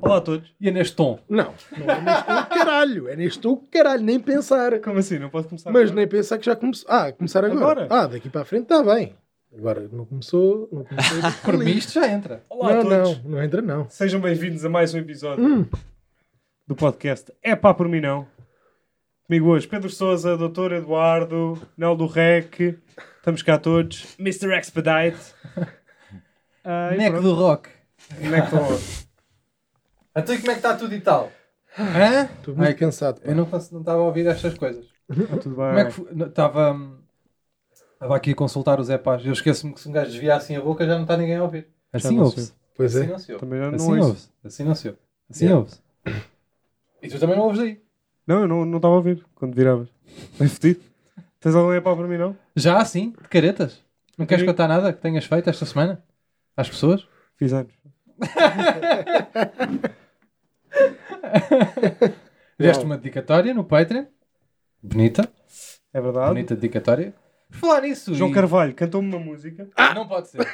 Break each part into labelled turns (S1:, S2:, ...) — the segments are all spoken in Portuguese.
S1: Olá a todos.
S2: E é neste tom.
S3: Não, não é neste o caralho. É neste o caralho, nem pensar.
S1: Como assim? Não posso começar?
S3: Mas
S1: agora?
S3: nem pensar que já começou. Ah, começar agora.
S1: Agora?
S3: Ah, daqui para a frente está bem. Agora não começou. Não começou.
S2: Para mim isto já entra.
S1: Olá a
S3: não,
S1: todos.
S3: não, não entra não.
S1: Sejam bem-vindos a mais um episódio do podcast É Pá Por Mim Não. Comigo hoje, Pedro Souza, Dr. Eduardo, Nel do Rec, estamos cá todos, Mr. Expedite. Ah, e é
S2: Neco do rock.
S1: pronto. Neck do-
S2: Então e como é que está tudo e tal? Hã?
S3: Estou muito
S2: Ai,
S3: cansado. pá.
S2: Eu não cons- não estava a ouvir estas coisas.
S1: Tá tudo bem.
S2: Como é que fu- não, Estava... hum, Estava aqui a consultar o Zé Paz. Eu esqueço-me que se um gajo desviar assim a boca já não está ninguém a ouvir.
S1: Já
S2: Assim
S1: não
S2: ouve-se.
S3: Pois
S2: Assim
S3: é.
S2: não se ouve.
S1: Também já não
S2: Assim
S1: ouço.
S2: ouve-se. Assim não se ouve. Assim
S3: Yeah.
S2: ouve-se. E tu também não ouves aí.
S1: Não, eu não não estava a ouvir quando viravas. Bem fedido. Tens algum É Pá Por Mim Não?
S2: Já assim, de caretas. Não queres
S1: Sim.
S2: contar nada que tenhas feito esta semana? Às pessoas?
S1: Fiz anos.
S2: Deste uma dedicatória no Patreon. Bonita.
S1: É verdade.
S2: Bonita dedicatória. Por Falar nisso.
S1: João
S2: e-
S1: Carvalho cantou-me uma música.
S2: Não pode ser.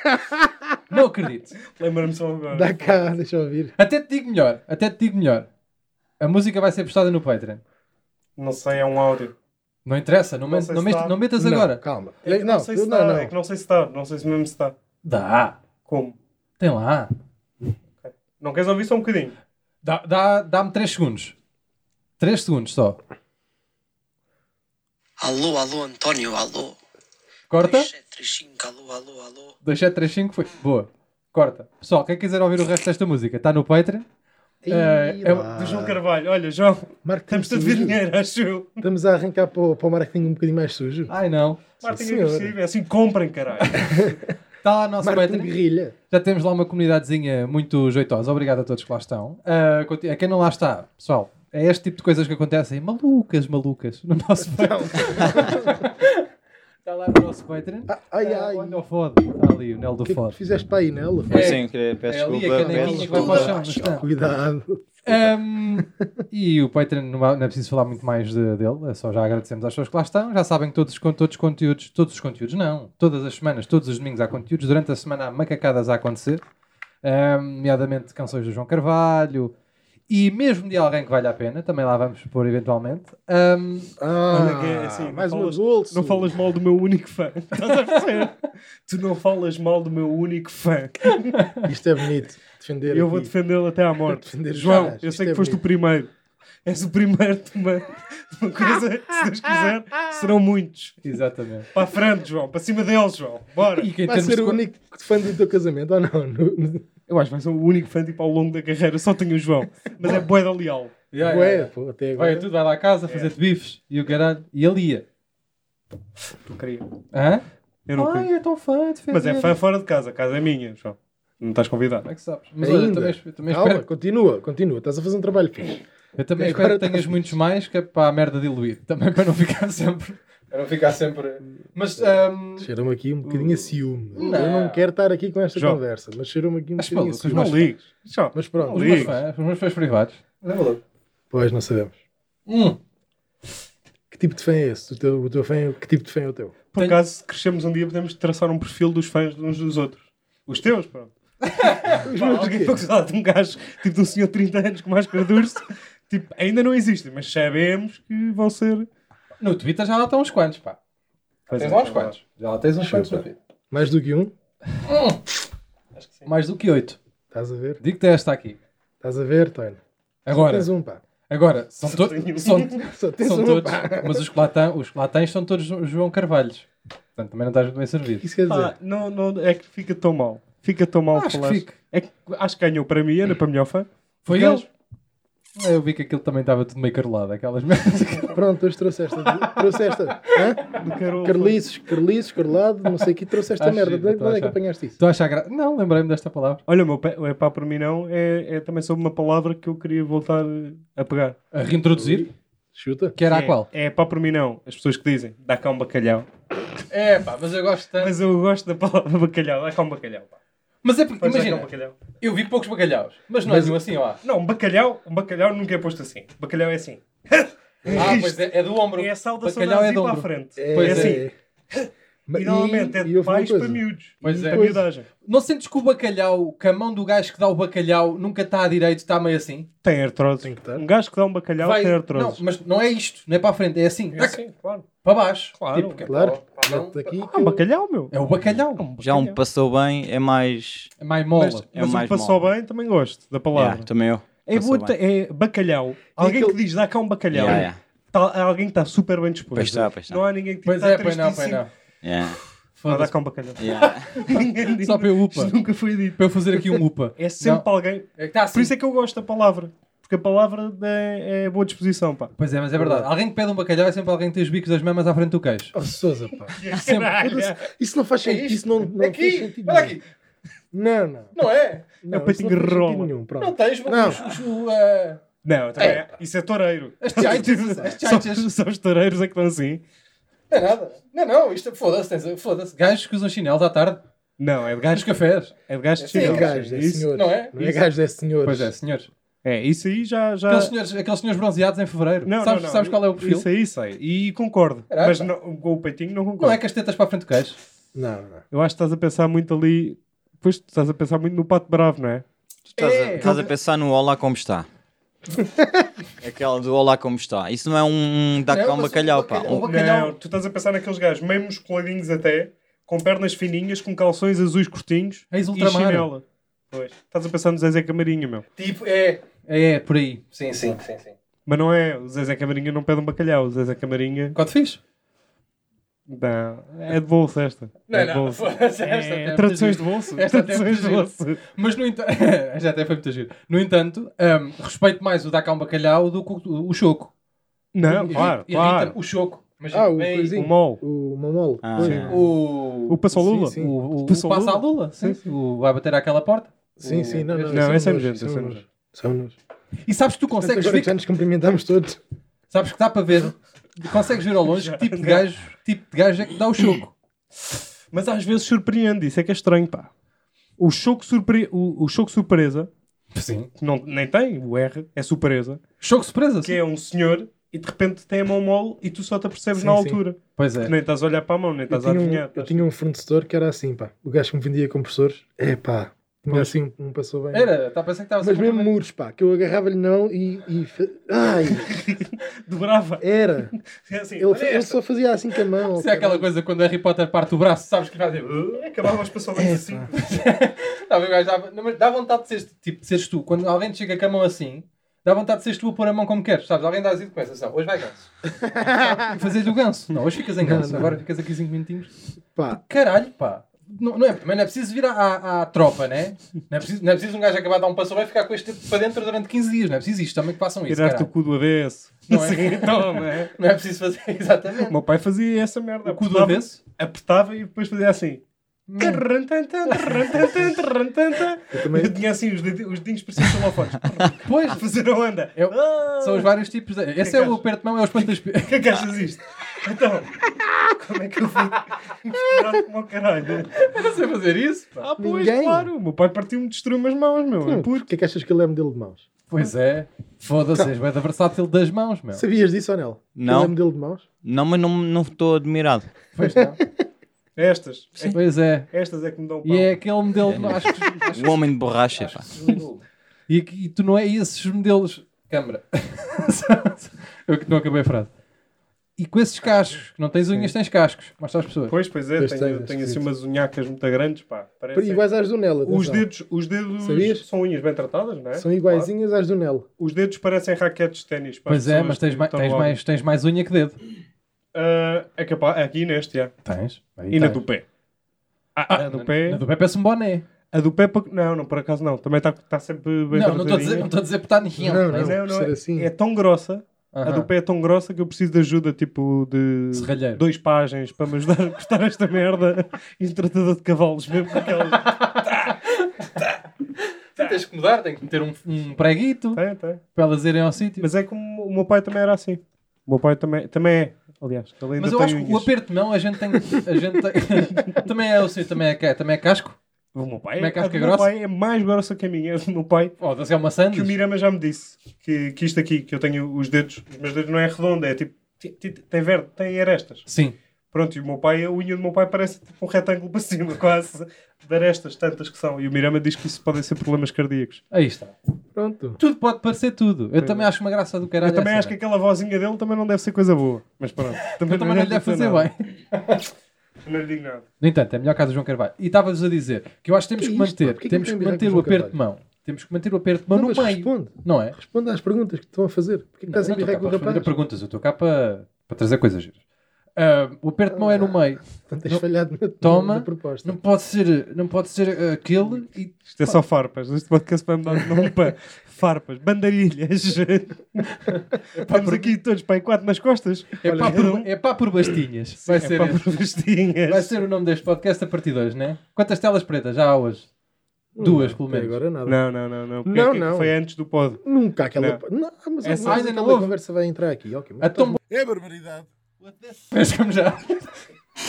S2: Não acredito.
S1: Lembra-me só agora.
S3: Dá cá, deixa eu ouvir.
S2: Até te digo melhor. Até te digo melhor. A música vai ser postada no Patreon.
S1: Não sei, é um áudio.
S2: Não interessa. Não,
S1: Não
S2: men-
S1: sei
S2: não
S1: se
S2: mes-
S1: dá.
S2: não metas
S3: Não,
S2: agora.
S3: calma.
S1: É que
S3: não,
S1: sei
S3: eu-
S1: se
S3: não,
S1: está,
S3: não.
S1: É que não sei se está, não sei se mesmo se está.
S2: Dá.
S1: Como?
S2: Tem lá.
S1: Não queres ouvir só um bocadinho?
S2: Dá- dá- Dá-me 3 segundos. 3 segundos só.
S4: Alô, alô, António, alô.
S2: Corta.
S4: 3735, alô, alô, alô.
S2: 2735 foi. Boa. Corta. Pessoal, quem quiser ouvir o resto desta música, está no Patreon. É,
S3: Ih,
S2: é-
S3: lá.
S1: Do João Carvalho. Olha, João,
S3: Marketing
S1: temos tanto
S3: sujo.
S1: dinheiro, acho eu.
S3: Estamos a arrancar para o, para o marketing um bocadinho mais sujo.
S1: Ah,
S2: Ai não.
S1: Martin
S3: senhora.
S1: agressivo, é assim, comprem, caralho.
S2: Está Tá lá o nosso
S3: marketing
S2: Patreon.
S3: guerrilha.
S2: Já temos lá uma comunidadezinha muito jeitosa. Obrigado a todos que lá estão. Ah, conti- a quem não lá está, pessoal, é este tipo de coisas que acontecem malucas, malucas, no nosso Patreon. Está lá no nosso Patreon.
S3: Ah, ai,
S1: É,
S2: Ah,
S3: ai.
S2: Olha o fode. Está ali o Nel
S3: O
S2: do
S3: que é que tu
S2: fode.
S3: fizeste para aí nela?
S2: É,
S5: Foi sem querer, peço
S2: É ali
S5: desculpa.
S2: a
S5: peço
S2: canequinha que vai para o
S5: desculpa.
S2: chão. mas
S1: É.
S2: está.
S3: Cuidado.
S2: Um, e o Patreon não há- não é preciso falar muito mais de- dele, é só já agradecemos às pessoas que lá estão. Já sabem que todos, os con- todos os conteúdos, todos os conteúdos não, todas as semanas, todos os domingos há conteúdos, durante a semana há macacadas a acontecer, um, nomeadamente canções do João Carvalho e mesmo de alguém que vale a pena, também lá vamos pôr eventualmente. Um,
S3: Ah,
S1: Olha que é assim, não
S3: mais um
S1: falas-
S3: adulto.
S1: Não falas mal do meu único fã. Estás a perceber? tu não falas mal do meu único fã.
S3: Isto é bonito. Defender
S1: Eu vou
S3: aqui.
S1: defendê-lo até à morte.
S3: Defender os
S1: João,
S3: caras,
S1: eu
S3: isto
S1: sei que
S3: é
S1: foste o
S3: bonito.
S1: primeiro. És o primeiro de uma, de uma coisa que, se Deus quiser, serão muitos.
S2: exatamente.
S1: Para a frente, João. Para cima deles, João. Bora.
S2: E que em
S3: Vai
S2: termos
S3: ser um
S2: de
S3: o
S2: co-
S3: único fã do teu casamento ou não? No- no-
S1: Eu acho que vai ser o único fã tipo, ao longo da carreira. Só tenho o João. Mas é boeda leal.
S2: Yeah, yeah,
S3: Ué,
S2: yeah.
S3: pô, até
S2: Vai
S3: agora.
S2: a tudo, vai lá a casa fazer-te bifes e o caralho. E ele ia.
S1: Tu queria.
S2: Hã?
S1: Eu não queria.
S2: Ai, é tão fã,
S1: Mas é
S2: defender.
S1: fã fora de casa. A casa é minha, João. Não estás convidado.
S2: Como é que sabes? Mas olha, eu
S3: Ainda.
S2: também, eu também Hum.
S3: Calma,
S2: espero
S3: continua, continua. Estás a fazer um trabalho fixe.
S2: Eu também
S3: Que
S2: espero
S3: agora
S2: que tenhas
S3: tá-
S2: muitos mais, que é para a merda diluir. Também para não ficar sempre. Para não ficar sempre. Mas. Um...
S3: Cheirou-me aqui um bocadinho a ciúme.
S2: Não.
S3: Eu não quero estar aqui com esta
S1: João.
S3: conversa, mas cheirou-me aqui um
S2: Mas
S3: bocadinho a
S2: maluco,
S1: Tu
S3: ciúme.
S1: não
S2: Mas-
S1: ligues. João.
S3: Mas pronto,
S2: Os
S1: Liga.
S2: meus fãs, os meus fãs privados.
S3: pois não sabemos.
S2: Hum.
S3: Que tipo de fã é esse? O teu, o teu fã, é- que tipo de fã é o teu?
S1: Por
S2: Tenho-
S1: acaso, se crescermos um dia, podemos traçar um perfil dos fãs de uns dos outros. Os teus, pronto.
S3: Os
S1: Pá,
S3: meus
S1: Alguém
S3: quê?
S1: foi acusado de um gajo, tipo de um senhor de 30 anos com máscara de urso. Tipo, ainda não existem, mas sabemos que vão ser.
S2: No Twitter já lá estão uns quantos, pá.
S1: Pois
S2: tens
S1: é,
S2: lá uns
S1: é
S2: quantos. Já lá tens uns
S3: Deixa eu
S2: quantos no Twitter.
S3: Mais do que um?
S2: Mais do que oito.
S3: Estás a ver?
S2: Digo-te esta aqui.
S3: Estás a ver, Tony?
S2: Agora,
S3: Tens um, pá.
S2: agora, são
S1: tenho um.
S2: todos. São,
S3: Só tens
S2: são
S3: um,
S2: todos.
S3: pá.
S2: Mas os que lá têm- os que lá tens são todos João Carvalhos. Portanto, também não estás muito bem
S3: O que
S2: servido.
S3: isso quer dizer?
S1: Pá, não, não, é que fica tão mal. Fica tão mal
S2: Acho que
S1: falar.
S2: fica.
S1: É que acho que ganhou para mim, era para melhor fã.
S2: Foi
S1: Gajo.
S2: ele? Eu vi que aquilo também estava tudo meio carolado, aquelas merdas.
S3: Pronto, hoje trouxeste. Trouxeste. Hã?
S1: Do Carol.
S3: Carliços, Carliços, Carlado, não sei o que, trouxeste a
S2: Acho
S3: merda.
S2: giro,
S3: De
S2: tô
S3: onde é que
S2: achando.
S3: apanhaste isso?
S2: Estou a achar gra... Não, lembrei-me desta palavra.
S1: Olha, o meu pé, é pá para mim não, é, é também sobre uma palavra que eu queria voltar a pegar.
S2: A reintroduzir?
S3: Chuta.
S2: Que era
S1: é,
S2: a qual?
S1: É pá para mim não. As pessoas que dizem, dá cá um bacalhau.
S2: É pá, mas eu gosto tanto. Mas,
S1: Mas eu gosto da palavra bacalhau, dá cá um bacalhau. pá.
S2: é porque,
S1: Podes dar cá um
S2: imagina,
S1: bacalhau.
S2: eu vi poucos bacalhaus, mas nós não assim, ó.
S1: Não, um bacalhau, um bacalhau nunca é posto assim. Bacalhau é assim.
S2: Ah, pois é, é do ombro.
S1: É a saudação
S2: Bacalhau
S1: da
S2: é
S1: é
S2: de
S1: para a
S2: ombro.
S1: frente.
S3: É,
S2: Pois
S1: é assim.
S3: é. Ma-
S1: E normalmente é
S3: e
S1: de
S3: houve uma
S1: pais
S3: coisa.
S1: para miúdos.
S2: Pois
S1: para
S2: é.
S1: miudagem.
S2: Não sentes que o bacalhau, que a mão do gajo que dá o bacalhau nunca está à direita, está meio assim?
S1: Tem artrose.
S3: Tem que estar.
S1: Um gajo que dá um bacalhau tem
S2: não,
S1: artrose.
S2: mas não é isto, não é para a frente, é assim, tac,
S1: claro.
S2: para baixo.
S1: Claro,
S2: que é
S3: Claro,
S2: para- para a mão,
S3: mete aqui.
S1: Ah, um bacalhau, meu.
S2: É o bacalhau,
S1: É um
S5: Já um
S1: bacalhau.
S5: passou bem, é mais.
S2: é mais mola.
S1: Mas,
S5: É
S1: mas
S5: mais
S1: o passou
S5: mole.
S1: bem também gosto da palavra.
S5: Yeah, também eu.
S1: É,
S5: Passou
S1: boa-
S5: bem.
S1: é bacalhau. Alguém
S3: aquele-
S1: que diz dá cá um bacalhau.
S5: Yeah, yeah.
S1: Tá- há alguém que está super bem disposto.
S5: Pois está, pois tá. está.
S1: Não há ninguém que
S2: Pois
S1: está
S2: é, pois não, pois
S1: tristíssimo.
S2: não.
S5: Yeah,
S1: Vai dar
S2: Foda-se.
S1: cá um bacalhau.
S5: yeah.
S1: Ninguém diz.
S2: Só para eu upa,
S1: Isto nunca foi dito.
S2: para eu fazer aqui um upa.
S1: É sempre para alguém.
S2: Não, é que está assim.
S1: Por isso é que eu gosto da palavra. Porque a palavra é, é boa disposição, pá.
S2: Pois é, mas é verdade. Alguém que pede um bacalhau é sempre alguém que tem os bicos das mamas à frente do queijo.
S3: Oh, Sousa, pá.
S2: Sempre.
S3: Isso não faz
S2: É
S3: sentido. Isso não, não faz sentido. nenhum. Não, não.
S2: Não é?
S3: não
S1: o patinho
S3: isso não faz
S1: rola.
S3: sentido nenhum, pronto.
S2: tens
S3: Não.
S2: os- os- o, ah,
S1: Não, também é. Isso é toureiro.
S2: As chanchas, as chanchas.
S1: Só- Só os toureiros é que estão assim.
S2: Não é nada. Não, não, isto é- foda-se. tens- Foda-se. Gajos que usam chinelos à tarde,
S1: Não, é de
S2: gajos
S1: gajo,
S2: cafés.
S1: é de gajo de
S2: Sim,
S3: Não
S1: chinelo.
S3: é gajo, é
S1: isso,
S3: senhor.
S2: não é?
S3: Não é gajo, é senhor.
S2: Pois é, senhores.
S1: é, isso aí já. já...
S2: Aqueles senhores, aqueles senhores bronzeados em fevereiro.
S1: Não,
S2: sabes,
S1: não, não.
S2: sabes qual é o perfil?
S1: Isso aí sei. E concordo.
S2: Caraca.
S1: Mas não- com o peitinho não concordo.
S2: Não é que as tetas para a frente do queijo.
S3: Não, não.
S1: Eu acho que estás a pensar muito ali. Pois tu estás a pensar muito no pato bravo, não é?
S5: Tu estás, a,
S2: É.
S5: estás a pensar no Olá como está. Aquela do Olá como está. Isso não é um. Dá
S2: Não,
S5: cá um
S2: mas o
S5: bacalhau, pá.
S2: bacalhau-
S5: Um-
S2: O bacalhau-
S1: Não, tu estás a pensar naqueles gajos meio musculadinhos até, com pernas fininhas, com calções azuis curtinhos
S2: Eis
S1: e
S2: É ultramar.
S1: chinela. Pois. Estás a pensar no Zezé Camarinha, meu.
S2: Tipo, é. É, é, por aí. Sim, sim, sim. sim.
S1: Mas não é. O Zezé Camarinha não pede um bacalhau. O Zezé Camarinha.
S2: Quanto fiz?
S1: Não, é de bolso esta. é de bolso. É, traduções de bolso.
S2: Esta até
S1: traduções de
S2: é muito
S1: bolso.
S2: Mas no entanto. Já até foi muito giro. No entanto, hum, respeito mais o dar cá um bacalhau do que o, o choco.
S1: Não,
S2: Irri-
S1: claro,
S2: irrita-me um
S1: claro.
S2: O choco. Imagina,
S3: Ah, o
S2: vem-
S1: O
S3: coisinho.
S1: mol.
S3: O mamolo.
S5: Ah,
S3: Pois.
S5: sim.
S2: O.
S1: O passolula.
S3: Sim, sim.
S2: O, o, o
S1: Passou
S2: passa à
S1: Lula.
S2: lula. Sim, O vai bater àquela porta.
S3: Sim, sim, não, não.
S1: Não, esse é
S3: nós,
S1: nojento, esse é
S3: nós.
S1: nojento.
S3: São nós.
S2: E sabes que tu
S3: Agora
S2: consegues
S3: que
S2: ver.
S3: já nos cumprimentamos todos.
S2: Sabes que dá para ver, consegues ver ao longe que tipo de gajo, que tipo de gajo é que dá o choco.
S1: Mas às vezes surpreende, isso é que é estranho, pá. O choco, surpre... o, o choco surpresa,
S2: Sim.
S1: que não, nem tem, o R, é surpresa,
S2: Choco surpresa.
S1: que é um senhor e de repente tem a mão mole e tu só te apercebes
S3: Sim,
S1: na
S3: sim.
S1: altura.
S2: Pois
S1: Tu
S2: é.
S1: Nem estás a olhar para a mão, nem
S3: Eu
S1: estás a
S3: tinha, um,
S1: adivinhar.
S3: eu tinha um fornecedor que era assim, pá. O gajo que me vendia compressores. É pá. Ainda assim um- um passou bem.
S2: Era, está a pensar que estava a
S3: Mas
S2: ser
S3: mesmo
S2: completamente-
S3: muros, pá. Que eu agarrava-lhe não e... e fe- Ai,
S1: Dobrava.
S3: era.
S1: É assim,
S3: Ele,
S1: olha
S3: ele
S1: esta.
S3: só fazia assim com a mão.
S2: Se é aquela coisa quando Harry Potter parte o braço, sabes que vai dizer.
S1: Uh, Acabava as pessoas
S3: É,
S1: assim.
S2: Tá, o gajo dá, não, mas dá vontade de seres, tipo, de seres tu. Quando alguém te chega com a mão assim, dá vontade de seres tu a pôr a mão como queres, sabes? Alguém dá assim e começa, não, hoje vai ganso. e fazes o ganso. Não, hoje ficas em ganso,
S3: não.
S2: agora ficas aqui 5 minutinhos.
S3: Pá,
S2: Caralho, pá. Não, não é, mas não é preciso vir à, à, à tropa, né? Não é, preciso, não é preciso um gajo acabar de dar um passo bem e ficar com este tempo para dentro durante 15 dias. Não é preciso isto, também que façam isso.
S1: Tirar-te o
S2: caralho.
S1: cu do avesso.
S2: Não é?
S1: Assim, toma, é?
S2: Não é preciso fazer,
S1: O
S2: exatamente.
S1: meu pai fazia essa merda.
S2: O cu do
S1: Apertava-
S2: avesso?
S1: Apertava e depois fazia assim. Carrantantan, carrantantan, carrantantan.
S3: Hum. eu
S1: Eu,
S3: também...
S1: tinha assim os dedinhos, os dedinhos pareciam solofones.
S2: Pois,
S1: A fazer a onda.
S2: É o-
S1: Ah!
S2: são os vários tipos. De... Esse é o aperto de mão, é os pantas.
S1: O que é que achas isto? Então, como é que eu fui esperar como ao caralho?
S2: não sei fazer isso, pá.
S1: Ah, pois,
S3: Ninguém.
S1: claro. O meu pai partiu-me destruiu umas mãos, meu. É puro.
S3: Porquê é que achas que ele é modelo de mãos?
S2: Pois é. Foda-se, és bem versátil das mãos, meu.
S3: Sabias disso ou não?
S5: Não.
S3: Ele é modelo de mãos?
S5: Não, mas não não estou admirado.
S2: Pois não.
S1: Estas.
S2: Pois é.
S1: Estas é que me dão pau.
S2: E é aquele modelo. de- Acho que, acho
S5: O Um homem de borracha, pá.
S2: que- e, que- e tu não é esses modelos. Câmara. Eu que não acabei a frase. E com esses cascos, que não tens unhas, tens cascos. Mostra às pessoas.
S1: Pois, pois é.
S3: Pois
S1: tenho
S3: tens,
S1: tenho assim
S3: esquisito.
S1: umas unhacas muito grandes, pá. Parecem-
S3: Iguais às do Nela.
S1: É, Os
S3: atenção.
S2: Então.
S1: dedos, os dedos
S3: Sabias?
S1: são unhas bem tratadas, não é?
S3: São iguaizinhas às do Nela.
S1: Os dedos parecem raquetes de ténis. para as
S2: Pois é,
S1: pessoas
S2: mas tens,
S1: que
S2: mai-
S1: estão
S2: tens
S1: lá.
S2: mais, tens mais unha que dedo.
S1: Ah, é capaz, aqui neste, já.
S2: Tens. Aí
S1: E na
S2: tens.
S1: do pé.
S2: Ah,
S1: Ah, a do pé.
S2: Na do pé parece um boné.
S1: A do pé, pa- não, não, por acaso não. Também está tá sempre bem
S2: Não, não estou a dizer,
S1: tratadinha.
S2: não estou a dizer botar nenhum.
S3: Não,
S1: Mas é,
S3: por
S1: não
S3: ser
S1: é,
S3: assim.
S1: é tão grossa, a
S2: Aham.
S1: do pé é tão grossa que eu preciso de ajuda, tipo, de
S2: Serralheiro.
S1: dois páginas para me ajudar a cortar esta merda e um tratador de cavalos mesmo. com aquelas-
S2: Tu Tens que mudar, tem que meter um, um preguito
S1: Tem, tem.
S2: para elas irem ao sítio. Mas,
S1: Mas é como o meu pai também era assim. O meu pai também, também é, aliás. Ele ainda
S2: eu
S1: tem um
S2: acho que o
S1: unhas.
S2: aperto não, a gente tem. A gente tem- também é o sítio, também é, ca- também é casco.
S1: O meu pai,
S2: Como é que
S1: a
S2: acho
S1: do
S2: que é
S1: meu
S2: grossa?
S1: pai é mais grossa que a minha. A do meu pai
S2: Foda-se, é uma
S1: que o
S2: sandes.
S1: Mirama já me disse que, que isto aqui, que eu tenho os dedos, os meus dedos não é redondo, é tipo, ti- ti- tem verde, tem arestas.
S2: Sim.
S1: Pronto, e o meu pai, a unha do meu pai parece tipo um retângulo para cima, quase. Arestas tantas que são. E o Mirama diz que isso podem ser problemas cardíacos.
S2: Aí está.
S3: Pronto.
S2: Tudo pode parecer tudo. Eu
S3: é.
S2: também acho uma graça do caralho.
S1: Eu também
S2: essa,
S1: acho que
S2: né?
S1: aquela vozinha dele também não deve ser coisa boa. Mas pronto. Também,
S2: Eu também não lhe deve fazer
S1: nada.
S2: bem.
S1: Não lhe digo nada.
S2: No entanto, é melhor caso do João Carvalho. E estava-vos a dizer que eu acho que temos
S3: Que
S2: que
S3: isto, pá?
S2: manter,
S3: Porquê que
S2: temos
S3: não
S2: que
S3: tem
S2: manter o
S3: birra com o João
S2: aperto de mão. Temos que manter o aperto de mão
S3: Não, mas
S2: no meio.
S3: responde.
S2: Não é?
S3: Responda às perguntas que te estão a fazer. Porquê que
S2: Não,
S3: estás
S2: não
S3: em
S2: estou
S3: birra
S2: cá
S3: com
S2: para
S3: o
S2: responder a
S3: rapaz?
S2: perguntas, eu estou cá para, para trazer coisas giras. Ah, o aperto de mão é no meio.
S3: Não tens
S2: Não-
S3: falhado na,
S2: Toma.
S3: na proposta.
S2: Não pode ser, não pode ser ah, aquele e
S1: Isto é só farpas. Este podcast vai mudar de nome para farpas. Bandarilhas. Estamos aqui todos para aí quatro nas costas.
S2: é pá,
S1: cada um-
S2: por, é pá por bastinhas.
S3: é
S2: vai, ser
S1: para
S2: esse.
S1: vestinhas.
S2: vai ser o nome deste podcast a partir de hoje, né? Quantas telas pretas já há hoje? Duas,
S3: Não,
S2: pelo
S3: Hum, até
S2: menos.
S3: Agora nada.
S1: Não, não, não. Não, Porque
S3: Não,
S1: é que
S3: não.
S1: Foi antes do pod.
S3: Nunca
S1: Não.
S3: aquela. Não, É mas
S1: Essa
S3: mas
S2: ainda não
S3: aquela
S2: houve.
S3: conversa vai entrar aqui. ok, mas
S2: A
S3: tá bom.
S2: tomba.
S6: É barbaridade.
S2: Mas como já.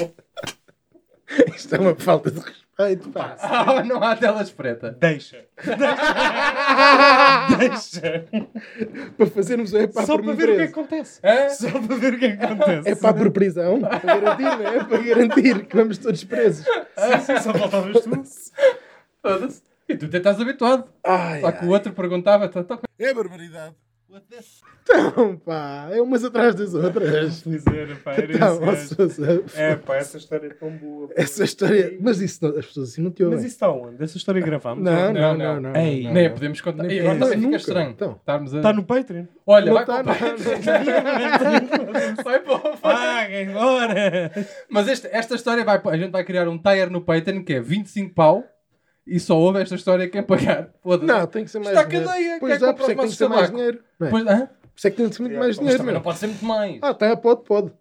S3: Isto é uma falta de respeito. Pá.
S2: Ah, não há telas pretas.
S1: Deixa. Deixa.
S3: Para fazermos o é pá
S1: Só
S3: por
S1: para
S3: mim
S1: ver o que
S3: preso.
S1: acontece.
S2: Hã?
S1: Só para ver o que é que acontece.
S3: É pá por prisão. Para garantir, não é? Para garantir que vamos todos presos.
S1: Sim, sim, Só faltavas tu.
S2: Foda-se. E tu até estás habituado.
S3: Ai,
S2: Só que o outro perguntava, tá, tá,
S6: É barbaridade.
S3: Então, pá. É umas atrás das outras.
S1: Pois era, pá, era
S3: Tá,
S1: esse
S3: ó,
S1: gajo.
S3: Sousa.
S1: É, pá, essa história é tão boa. pá.
S3: Essa história. Mas isso não- as pessoas assim não te ouvem.
S1: Mas isso está onde? Essa história gravámos?
S2: Não,
S3: Não,
S2: não.
S3: não, não. não,
S5: Ei,
S3: não,
S2: nem a
S3: não.
S2: podemos contar.
S3: Nem-
S2: E agora também fica
S3: Nunca.
S2: estranho.
S3: Então.
S2: estarmos a...
S1: Está no Patreon?
S2: Olha,
S3: Não
S2: vai
S3: tá,
S2: para o Patreon. Vai para o Patreon.
S1: Paguem agora!
S2: Mas este- esta história vai. para- A gente vai criar um tire no Patreon que é 25 pau e só houve esta história quem pagar. Foda-se.
S3: Não, tem que ser mais
S2: Está a
S3: dinheiro.
S2: cadeia,
S3: Pois
S2: quer
S3: dá,
S2: comprar
S3: por isso é que tem
S2: os
S3: que ser mais
S2: tabacos?
S3: dinheiro. não é?
S2: Depois, hã?
S3: Por isso é que tem de ser muito mais
S2: Mas
S3: dinheiro.
S2: também
S3: meu.
S2: não pode ser muito mais.
S3: Ah, tá, pode, pode.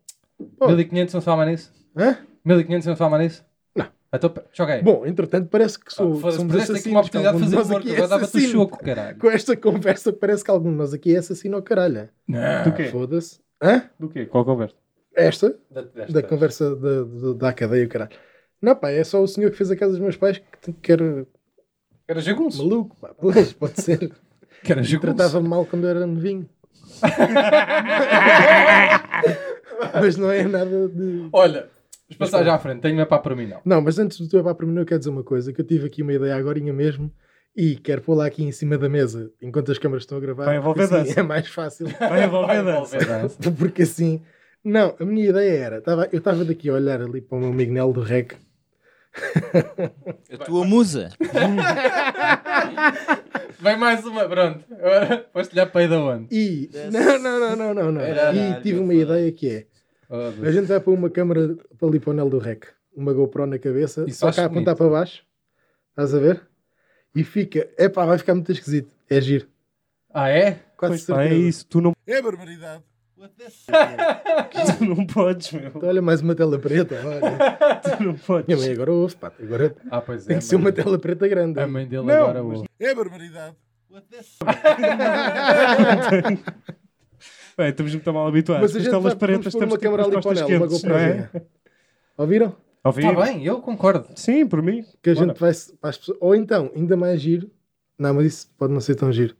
S3: pode.
S2: 1500 não se fala mais nisso?
S3: Hã?
S2: 1500 não se fala mais nisso?
S3: Não.
S2: Então, joguei.
S3: Bom, entretanto, parece que sou,
S2: Foda-se,
S3: somos
S2: perdeste aqui uma
S3: assassinos.
S2: oportunidade
S3: que
S2: de
S3: algum
S2: fazer o
S3: nós aqui
S2: porco.
S3: é
S2: Agora dava-te o
S3: assassino.
S2: choco, caralho.
S3: Com esta conversa, parece que algum de nós aqui é assassino ao caralho.
S2: Não.
S1: Do quê?
S3: Foda-se. Hã?
S1: Do quê? Qual conversa?
S3: Esta?
S2: Da, desta.
S3: Da conversa da, da, da cadeia, o caralho. Não, pá, é só o senhor que fez a casa dos meus pais que te- que era
S2: Era jagunço.
S3: maluco, pá. Pois, pode ser.
S2: Que era jagunço.
S3: Tratava-me mal quando era novinho. Mas não é nada de.
S2: Olha, vamos passar já à frente. Tenho uma pá para mim, não.
S3: Não, mas antes do teu epá para mim, eu quero dizer uma coisa: que eu tive aqui uma ideia agorinha mesmo e quero pô-la aqui em cima da mesa enquanto as câmaras estão a gravar.
S1: Vai envolver
S3: porque assim
S1: dança.
S3: É mais fácil.
S1: Vai envolver dança.
S2: Dança.
S3: porque assim. Não, a minha ideia era: tava- eu estava daqui a olhar ali para o meu amigo Nel do Rec.
S5: A tua musa.
S2: Vem mais uma, pronto. Agora foste-lhe a peida onde?
S3: E. Não, não, não, não, não. não.
S5: Caralho,
S3: E tive uma
S5: foda.
S3: ideia que é: a
S2: Foda-se.
S3: gente vai pôr uma câmara para ali para o Nel do Rec, uma GoPro na cabeça,
S2: Isso
S3: só
S2: acho
S3: cá a apontar
S2: bonito.
S3: para baixo. Estás a ver? E fica. Epá, vai ficar muito esquisito. É giro.
S2: Ah, é?
S3: Quase
S1: Pois, pá,
S3: certeza.
S1: é isso. Tu não,
S6: É barbaridade.
S1: tu não podes, meu.
S3: Então, olha, mais uma tela preta. Olha.
S1: Tu não
S3: Minha
S1: podes.
S3: mãe agora ouve, pá. Agora
S2: Ah, pois é.
S3: tem que ser
S2: mãe
S3: uma
S2: dele.
S3: tela preta grande.
S1: É,
S2: A mãe dele
S1: Não,
S2: agora
S1: mas-
S2: ouve.
S6: É barbaridade.
S1: Bem, estamos muito mal habituados.
S3: Mas a
S1: Com as
S3: gente vai
S1: telas
S3: vamos
S1: pretas
S3: pôr
S1: estamos tipo com
S3: uma câmera
S1: as
S3: ali para o
S1: costas
S3: Nel, uma né?
S1: quentes, não é?
S3: GoProzinha. Ouviram?
S1: Ao vivo?
S2: Está bem, eu concordo.
S1: Sim, por mim.
S3: Que a
S1: Bora.
S3: gente vai se- para as pessoas. Ou então, ainda mais giro. Não, mas isso pode não ser tão giro.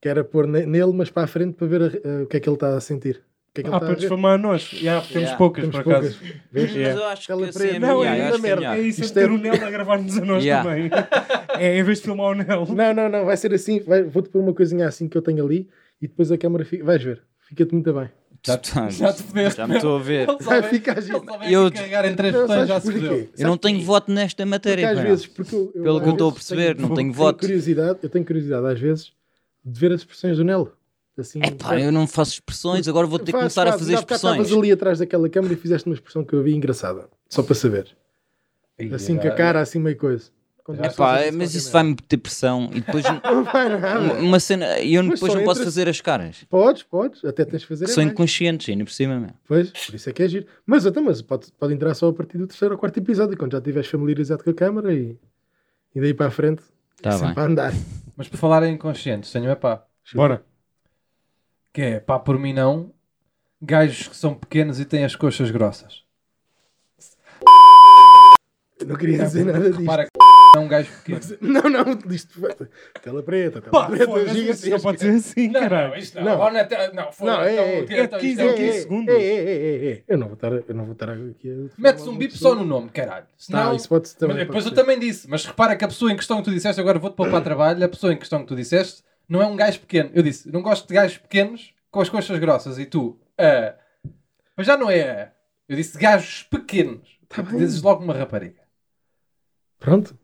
S3: Que era pôr ne- nele, mas para a frente para ver a re- eh, o que é que ele está a sentir. O que é que ele
S1: Ah,
S3: está
S1: para
S3: a ver.
S1: desfamar a nós. Já, temos
S5: Yeah.
S1: poucas,
S3: Temos
S1: por
S3: poucas.
S1: acaso.
S2: É.
S3: Vês?
S5: Mas eu acho
S3: Ela
S5: que assim é
S3: prende.
S5: melhor.
S1: Não, é
S5: eu
S1: ainda
S5: acho que é
S1: merda. É
S5: melhor.
S1: isso, é
S3: Isto
S1: ter
S3: é-
S1: o Nel a gravar-nos a nós
S5: Yeah.
S1: também. É, em vez de filmar o Nel.
S3: Não, não, não. Vai ser assim. vai- Vou-te pôr uma coisinha assim que eu tenho ali e depois a câmera fica. Vais ver. Fica-te muito bem.
S5: Portanto,
S2: Já te fodeste,
S5: tá, Já me estou a ver.
S2: Ele só
S3: Vai
S2: vem-
S3: ficar
S2: ele
S3: giro.
S2: só vem
S5: Eu-
S2: aqui carregar em três
S3: Não,
S2: botões já
S3: sabes
S2: se
S3: porquê?
S2: fodeu.
S5: Eu não
S3: Sabes
S5: tenho
S3: porquê?
S5: voto nesta
S3: Porque
S5: matéria.
S3: às
S5: pá.
S3: vezes, porque eu,
S5: Pelo
S3: às
S5: que eu estou a
S3: vezes
S5: perceber, não tenho voto.
S3: Curiosidade, eu tenho curiosidade às vezes de ver as expressões do Nelo. Assim,
S5: É Pá, eu não faço expressões, agora vou ter que começar a fazer expressões.
S3: Estavas
S2: um
S3: ali atrás daquela câmera e fizeste uma expressão que eu vi engraçada, só para saber. Assim com a cara, assim meio coisa. Quando
S2: Já
S3: as pessoas
S5: É Pá,
S3: dizem
S5: mas
S3: qualquer
S5: isso
S3: merda.
S5: vai-me meter pressão e depois um,
S3: Não vai nada.
S5: uma cena e eu
S3: Mas
S5: depois
S3: só
S5: não posso
S3: entra-se-
S5: fazer as caras.
S3: Podes, podes, até tens de fazer.
S5: Que
S3: é
S5: são
S3: bem.
S5: inconscientes, ainda por cima mesmo.
S3: Pois, por isso é que é giro. Mas até, mas pode, pode entrar só a partir do terceiro ou quarto episódio, quando já estiveres familiarizado com a câmera e, e daí para a frente,
S5: Tá
S3: é sempre
S5: bem.
S3: a andar.
S2: Mas por falar em inconscientes, tenho é pá.
S1: Bora.
S2: Que é pá, por mim não. Gajos que são pequenos e têm as coxas grossas.
S3: Eu Não queria dizer nada disto.
S2: Repara que é um gajo pequeno.
S3: Não, não, isto. Tela preta, tela
S1: Pá,
S3: preta,
S1: foda-se,
S3: gigantesca.
S1: isso não pode ser assim,
S7: Não, não,
S1: caralho.
S7: isto não.
S3: Não.
S7: Agora não é te- Não,
S3: Não,
S7: foda-se.
S3: é, é,
S7: então,
S3: é.
S7: então, isto
S1: É 15
S3: Ei,
S1: em
S7: um-
S1: 15
S3: ei,
S1: segundos.
S3: ei, ei, ei, ei, ei. é, Eu não vou estar, eu não vou estar aqui a.
S2: Metes um bip só no nome, caralho.
S3: é Não,
S2: Senão,
S3: Tá, isso pode também.
S2: mas depois
S3: pode
S2: eu
S3: ser.
S2: também disse, mas repara que a pessoa em questão que tu disseste, agora vou-te poupar trabalho, a pessoa em questão que tu disseste não é um gajo pequeno. Eu disse, não gosto de gajos pequenos com as coxas grossas e tu, ah, mas já não é. ah. Eu disse gajos pequenos.
S3: Tá
S2: Tu dizes logo uma rapariga.
S3: Pronto,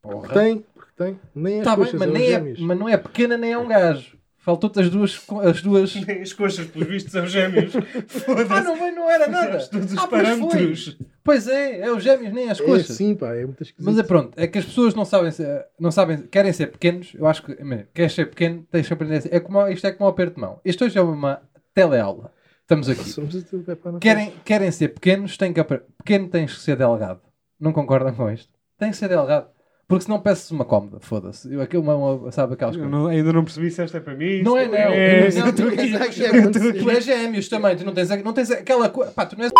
S2: Porra.
S3: tem, porque tem. Nem as
S2: Tá bem,
S3: coxas,
S2: mas,
S3: é os
S2: nem é,
S3: gêmeos.
S2: mas não é pequena nem é um gajo. Faltou-te as duas. co- As duas...
S1: As coxas, pelos vistos, são gêmeos.
S2: ah,
S1: Foda-se.
S2: não, bem, não era nada.
S1: Fizemos todos os
S2: ah, pois
S1: parâmetros.
S2: foi. Pois é, é os gêmeos nem as coxas.
S3: É sim, pá, é muito esquisito.
S2: Mas é pronto, é que as pessoas não sabem, se- não sabem, querem ser pequenos. Eu acho que, imagina, queres ser pequeno, tens que aprender. a ser- É como, isto é como um aperto de mão. Isto hoje é uma teleaula. Estamos aqui.
S3: Somos é o teu pé para na
S2: Querem, querem ser pequenos, têm que aprender. Pequeno tens que ser delgado. Não concordam com isto? Tem que ser delgado. Porque senão peço-se uma cómoda, foda-se. Eu, aquilo, uma, uma- sabe aquelas
S1: Eu
S2: coisas.
S1: não- ainda não percebi se esta é para mim.
S2: Não é,
S1: isto
S2: não.
S1: É,
S2: Não,
S1: eu tô
S2: não,
S1: aqui.
S2: não,
S1: eu tô aqui.
S2: Tu és gêmeos também, tu não tens, a- não tens aquela coisa. Pá, tu não és.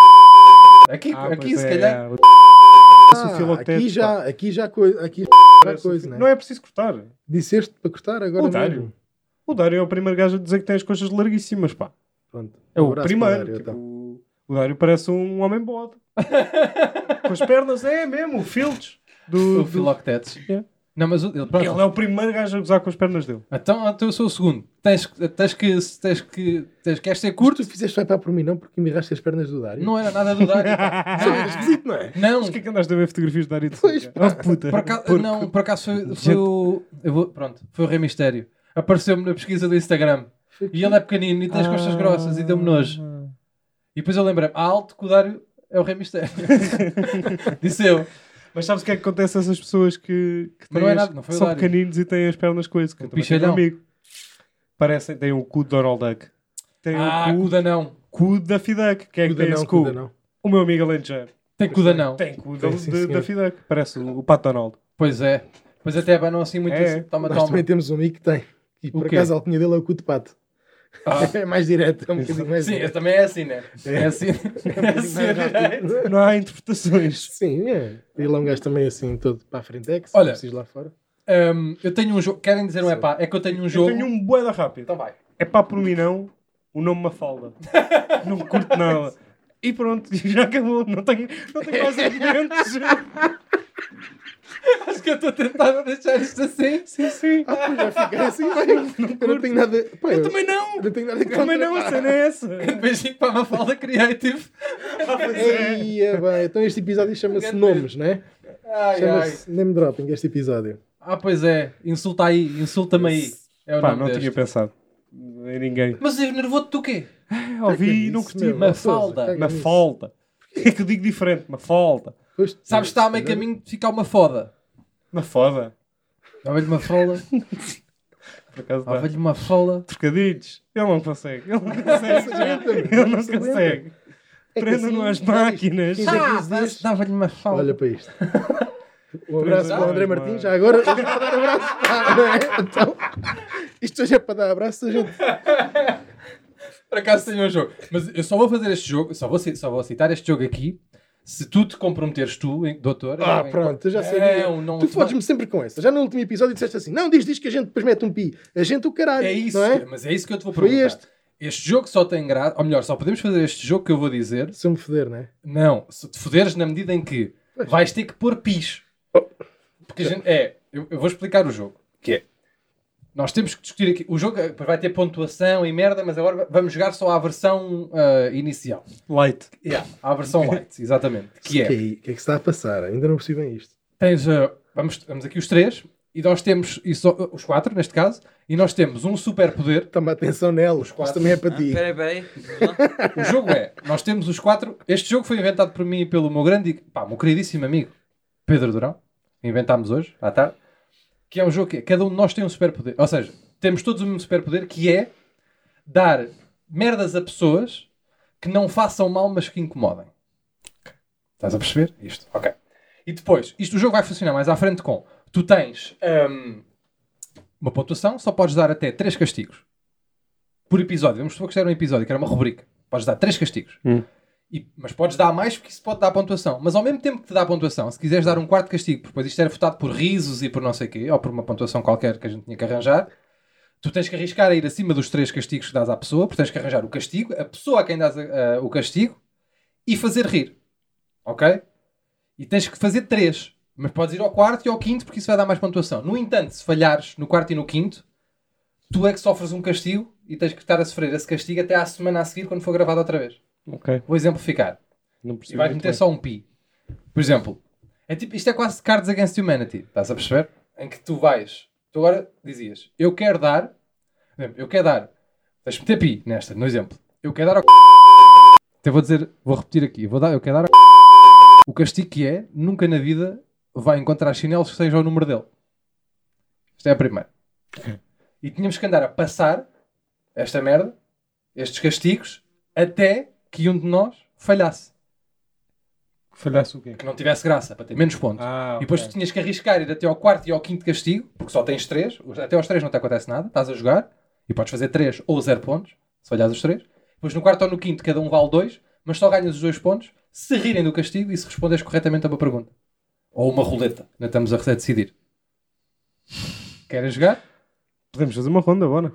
S2: Aqui,
S1: Ah,
S2: aqui
S1: pois
S2: se
S1: é,
S2: calhar.
S1: o
S3: Ah,
S1: filoteto,
S3: aqui
S1: pá.
S3: já, aqui já coisa, aqui já coisa, né?
S1: Não é preciso cortar.
S3: Disseste para cortar agora
S1: Otário.
S3: mesmo.
S1: O Dário é o primeiro gajo a dizer que tem as coxas larguíssimas, pá.
S3: Pronto.
S1: É
S3: Um
S1: o
S3: abraço
S1: primeiro.
S3: para o Dário,
S1: tipo,
S3: então.
S1: O Dário parece um homem bode. Com as pernas, é mesmo, o Fildes. Do,
S2: O
S1: do...
S2: Filoctetes.
S1: Yeah.
S2: Não, mas o- ele, pronto,
S1: É. Ele é o primeiro gajo a gozar com as pernas dele.
S2: Então, então eu sou o segundo. Tens, que- tens que. Tens que. Tens, queres ser curto?
S3: Tu fizeste vai para por mim, não? Porque me raste as pernas do Dário.
S2: Não era nada do Dário. pá.
S3: é esquisito, não é?
S2: Não,
S1: Mas o que é que andaste a ver fotografias do Dário de
S3: Pois,
S1: Sousa? Oh, puta.
S2: por acaso,
S1: Porco.
S2: não, por acaso foi, foi
S1: Gente.
S2: o. Eu vou, pronto, foi o Rei Mistério. Apareceu-me na pesquisa do Instagram. E ele é pequenino e tem as costas grossas e deu-me nojo. E depois eu lembrei-me, ah, alto que o Dário é o Rei Mistério. Disse eu.
S1: Mas sabes o que é que acontece a essas pessoas que, que,
S2: Mas
S1: têm
S2: não é
S1: as-
S2: nada, não foi
S1: que são
S2: o Dário.
S1: pequeninos e têm as pernas coisas? Que eu também tenho um
S2: bichalhão.
S1: amigo. Parecem, têm o cu de Donald Duck. Têm
S2: Ah,
S1: o um cu,
S2: cuda não.
S1: cu da Fiduck. Quem é que
S3: Cuida
S1: tem
S3: não,
S1: esse cu?
S3: cuida não.
S1: O meu amigo Alentejar.
S2: Tem cuda não.
S1: Tem cu
S3: Tem,
S1: da-
S3: sim,
S1: de-
S3: senhor.
S1: da Fiduck. Parece o, o Pato Donald.
S2: Pois é. Pois até abanam assim muito
S1: É,
S2: assim. Toma,
S3: Nós
S2: toma.
S3: também temos um amigo que tem. E por
S2: quê?
S3: acaso a alcunha dele é o cu de pato.
S2: Ah.
S3: É mais direto, é um bocadinho mais
S2: Sim, esse
S3: direto.
S2: também é assim, né? É assim. É assim,
S3: mais rápido.
S2: direito.
S1: Não há interpretações.
S3: Sim, é. Ele é um gajo também assim, todo para a frente. É que se
S2: Olha.
S3: preciso lá fora.
S2: Um, eu tenho um jogo. Querem dizer um é pá? É que eu tenho um jogo.
S1: Eu tenho um bué da rápido.
S2: Então vai.
S1: É pá, por mim não, o nome Mafalda. não curto nada. E pronto, já acabou. Não tenho, não tenho mais argumentos.
S2: Acho que eu estou a tentar deixar isto assim.
S1: sim, sim.
S3: Ah, pois vai ficar assim, vai. Eu não tenho nada. Pá, eu,
S1: Também não.
S3: eu não tenho nada
S1: Também não, a cena é essa.
S2: Beijinho para a Mafalda Creative.
S3: é. Eia, bem, então este episódio chama-se
S2: Grande
S3: Nomes, né?
S2: Ai, ai.
S3: Chama-se Name Dropping, este episódio.
S2: Ah, pois é. Insulta aí. Insulta-me aí. É o
S1: Pá,
S2: nome
S1: não
S2: deste.
S1: tinha pensado. Em ninguém.
S2: Mas enervou-te do quê?
S1: É, Ouvi e não
S3: Isso,
S1: curti.
S3: meu,
S2: Mafalda.
S3: Sousa, caga nisso.
S1: Mafalda. Porquê que eu digo diferente? Mafalda.
S3: Pois,
S2: Sabes, está a meio caminho de ficar uma foda.
S1: Mafoda.
S2: Dava-lhe uma fola.
S1: Por acaso dá.
S2: Dava-lhe uma fola.
S1: Trocadilhos. Ele não consegue. Ele não consegue.
S3: Exatamente.
S1: Ele não
S3: Isso aguenta.
S1: consegue.
S3: É que
S1: Prenda-no
S3: assim,
S1: às
S3: já viste,
S1: máquinas.
S3: 15 a
S2: Ah,
S3: 15 dias,
S2: Dava-lhe uma fola.
S3: Olha para isto. Um abraço
S1: Pois é,
S3: para o André
S1: mas-
S3: Martins. Já agora, hoje é para dar abraço. Ah, não é? Então, isto hoje é para dar abraço a gente.
S2: Por acaso tenho um jogo. Mas eu só vou fazer este jogo, só vou, ci- só vou citar este jogo aqui. Se tu te comprometeres, tu, em- doutor.
S3: Ah,
S2: em- um
S3: pronto, eu já sabia.
S2: Não, é não,
S3: tu fodes-me sempre com essa. Já no último episódio disseste assim: não, diz, diz que a gente depois mete um pi. A gente o caralho.
S2: É isso,
S3: Não é?
S2: mas é isso que eu te vou
S3: Foi
S2: perguntar.
S3: este.
S2: Este. jogo só tem graça, ou melhor, só podemos fazer este jogo que eu vou dizer.
S3: Se eu me foder, não é?
S2: Não, se te foderes na medida em que vais ter que pôr pis. Porque a gente, é, eu, eu vou explicar o jogo. Que é? Nós temos que discutir aqui. O jogo eh, depois vai ter pontuação e merda, mas agora va- vamos jogar só à versão ah, inicial.
S1: Light.
S2: Yeah, à versão light, exatamente. Que
S3: O que
S2: é.
S3: é que é que está a passar? Ainda não percebi bem isto.
S2: Tens a. Vamos, vamos aqui os três, e nós temos. E só, eh, os quatro, neste caso, e nós temos um super poder
S3: Toma atenção nela. Isto
S2: quatro.
S3: também é para ti.
S5: Espera aí, espera aí.
S2: O jogo é, nós temos os quatro. Este jogo foi inventado por mim e pelo meu grande, pá, meu queridíssimo amigo Pedro Durão. Inventámos hoje, à tarde. Que é um jogo que é, cada um de nós tem um superpoder. Ou seja, temos todos o mesmo superpoder que é dar merdas a pessoas que não façam mal, mas que incomodem. Estás a perceber? Isto, ok. E depois, isto o jogo vai funcionar mais à frente com tu tens hum, uma pontuação, só podes dar até três castigos por episódio. Vamos supor que isto era um episódio, que era uma rubrica. Podes dar três castigos. E- mas podes dar mais porque isso pode dar pontuação. Mas ao mesmo tempo que te dá pontuação, se quiseres dar um quarto castigo, porque depois isto era votado por risos e por não sei o quê, ou por uma pontuação qualquer que a gente tinha que arranjar, tu tens que arriscar a ir acima dos três castigos que dás à pessoa, porque tens que arranjar o castigo, a pessoa a quem dás ah, o castigo, e fazer rir. Ok? E tens que fazer três. Mas podes ir ao quarto e ao quinto porque isso vai dar mais pontuação. No entanto, se falhares no quarto e no quinto, tu é que sofres um castigo e tens que estar a sofrer esse castigo até à semana a seguir quando for gravado outra vez.
S1: Ok.
S2: Vou exemplificar.
S1: Não
S2: E
S1: percebi.
S2: vais
S1: muito
S2: meter
S1: bem.
S2: só um pi. Por exemplo, é tipo, isto é quase Cards Against Humanity. Estás a perceber? Em que tu vais. Tu agora dizias, eu quero dar. por exemplo, Eu quero dar. Deixa-me meter pi nesta, no exemplo. Eu quero dar ao. c****. Até vou dizer, vou repetir aqui. Vou dar, eu quero dar ao. c****. O castigo que é, nunca na vida vai encontrar chinelos que seja o número dele. Isto é a primeira. E tínhamos que andar a passar esta merda, estes castigos, até que um de nós falhasse
S1: Falhasse o quê?
S2: que não tivesse graça, para ter menos pontos.
S1: Ah,
S2: e depois
S1: ok.
S2: tu tinhas que arriscar ir até ao quarto e ao quinto castigo, porque só tens três, os- até aos três não te acontece nada, estás a jogar e podes fazer três ou zero pontos, se falhares os três. Depois no quarto ou no quinto cada um vale dois, mas só ganhas os dois pontos se rirem do castigo e se responderes corretamente a uma pergunta. Ou uma roleta, ainda estamos a a decidir. Queres jogar?
S1: Podemos fazer uma ronda agora.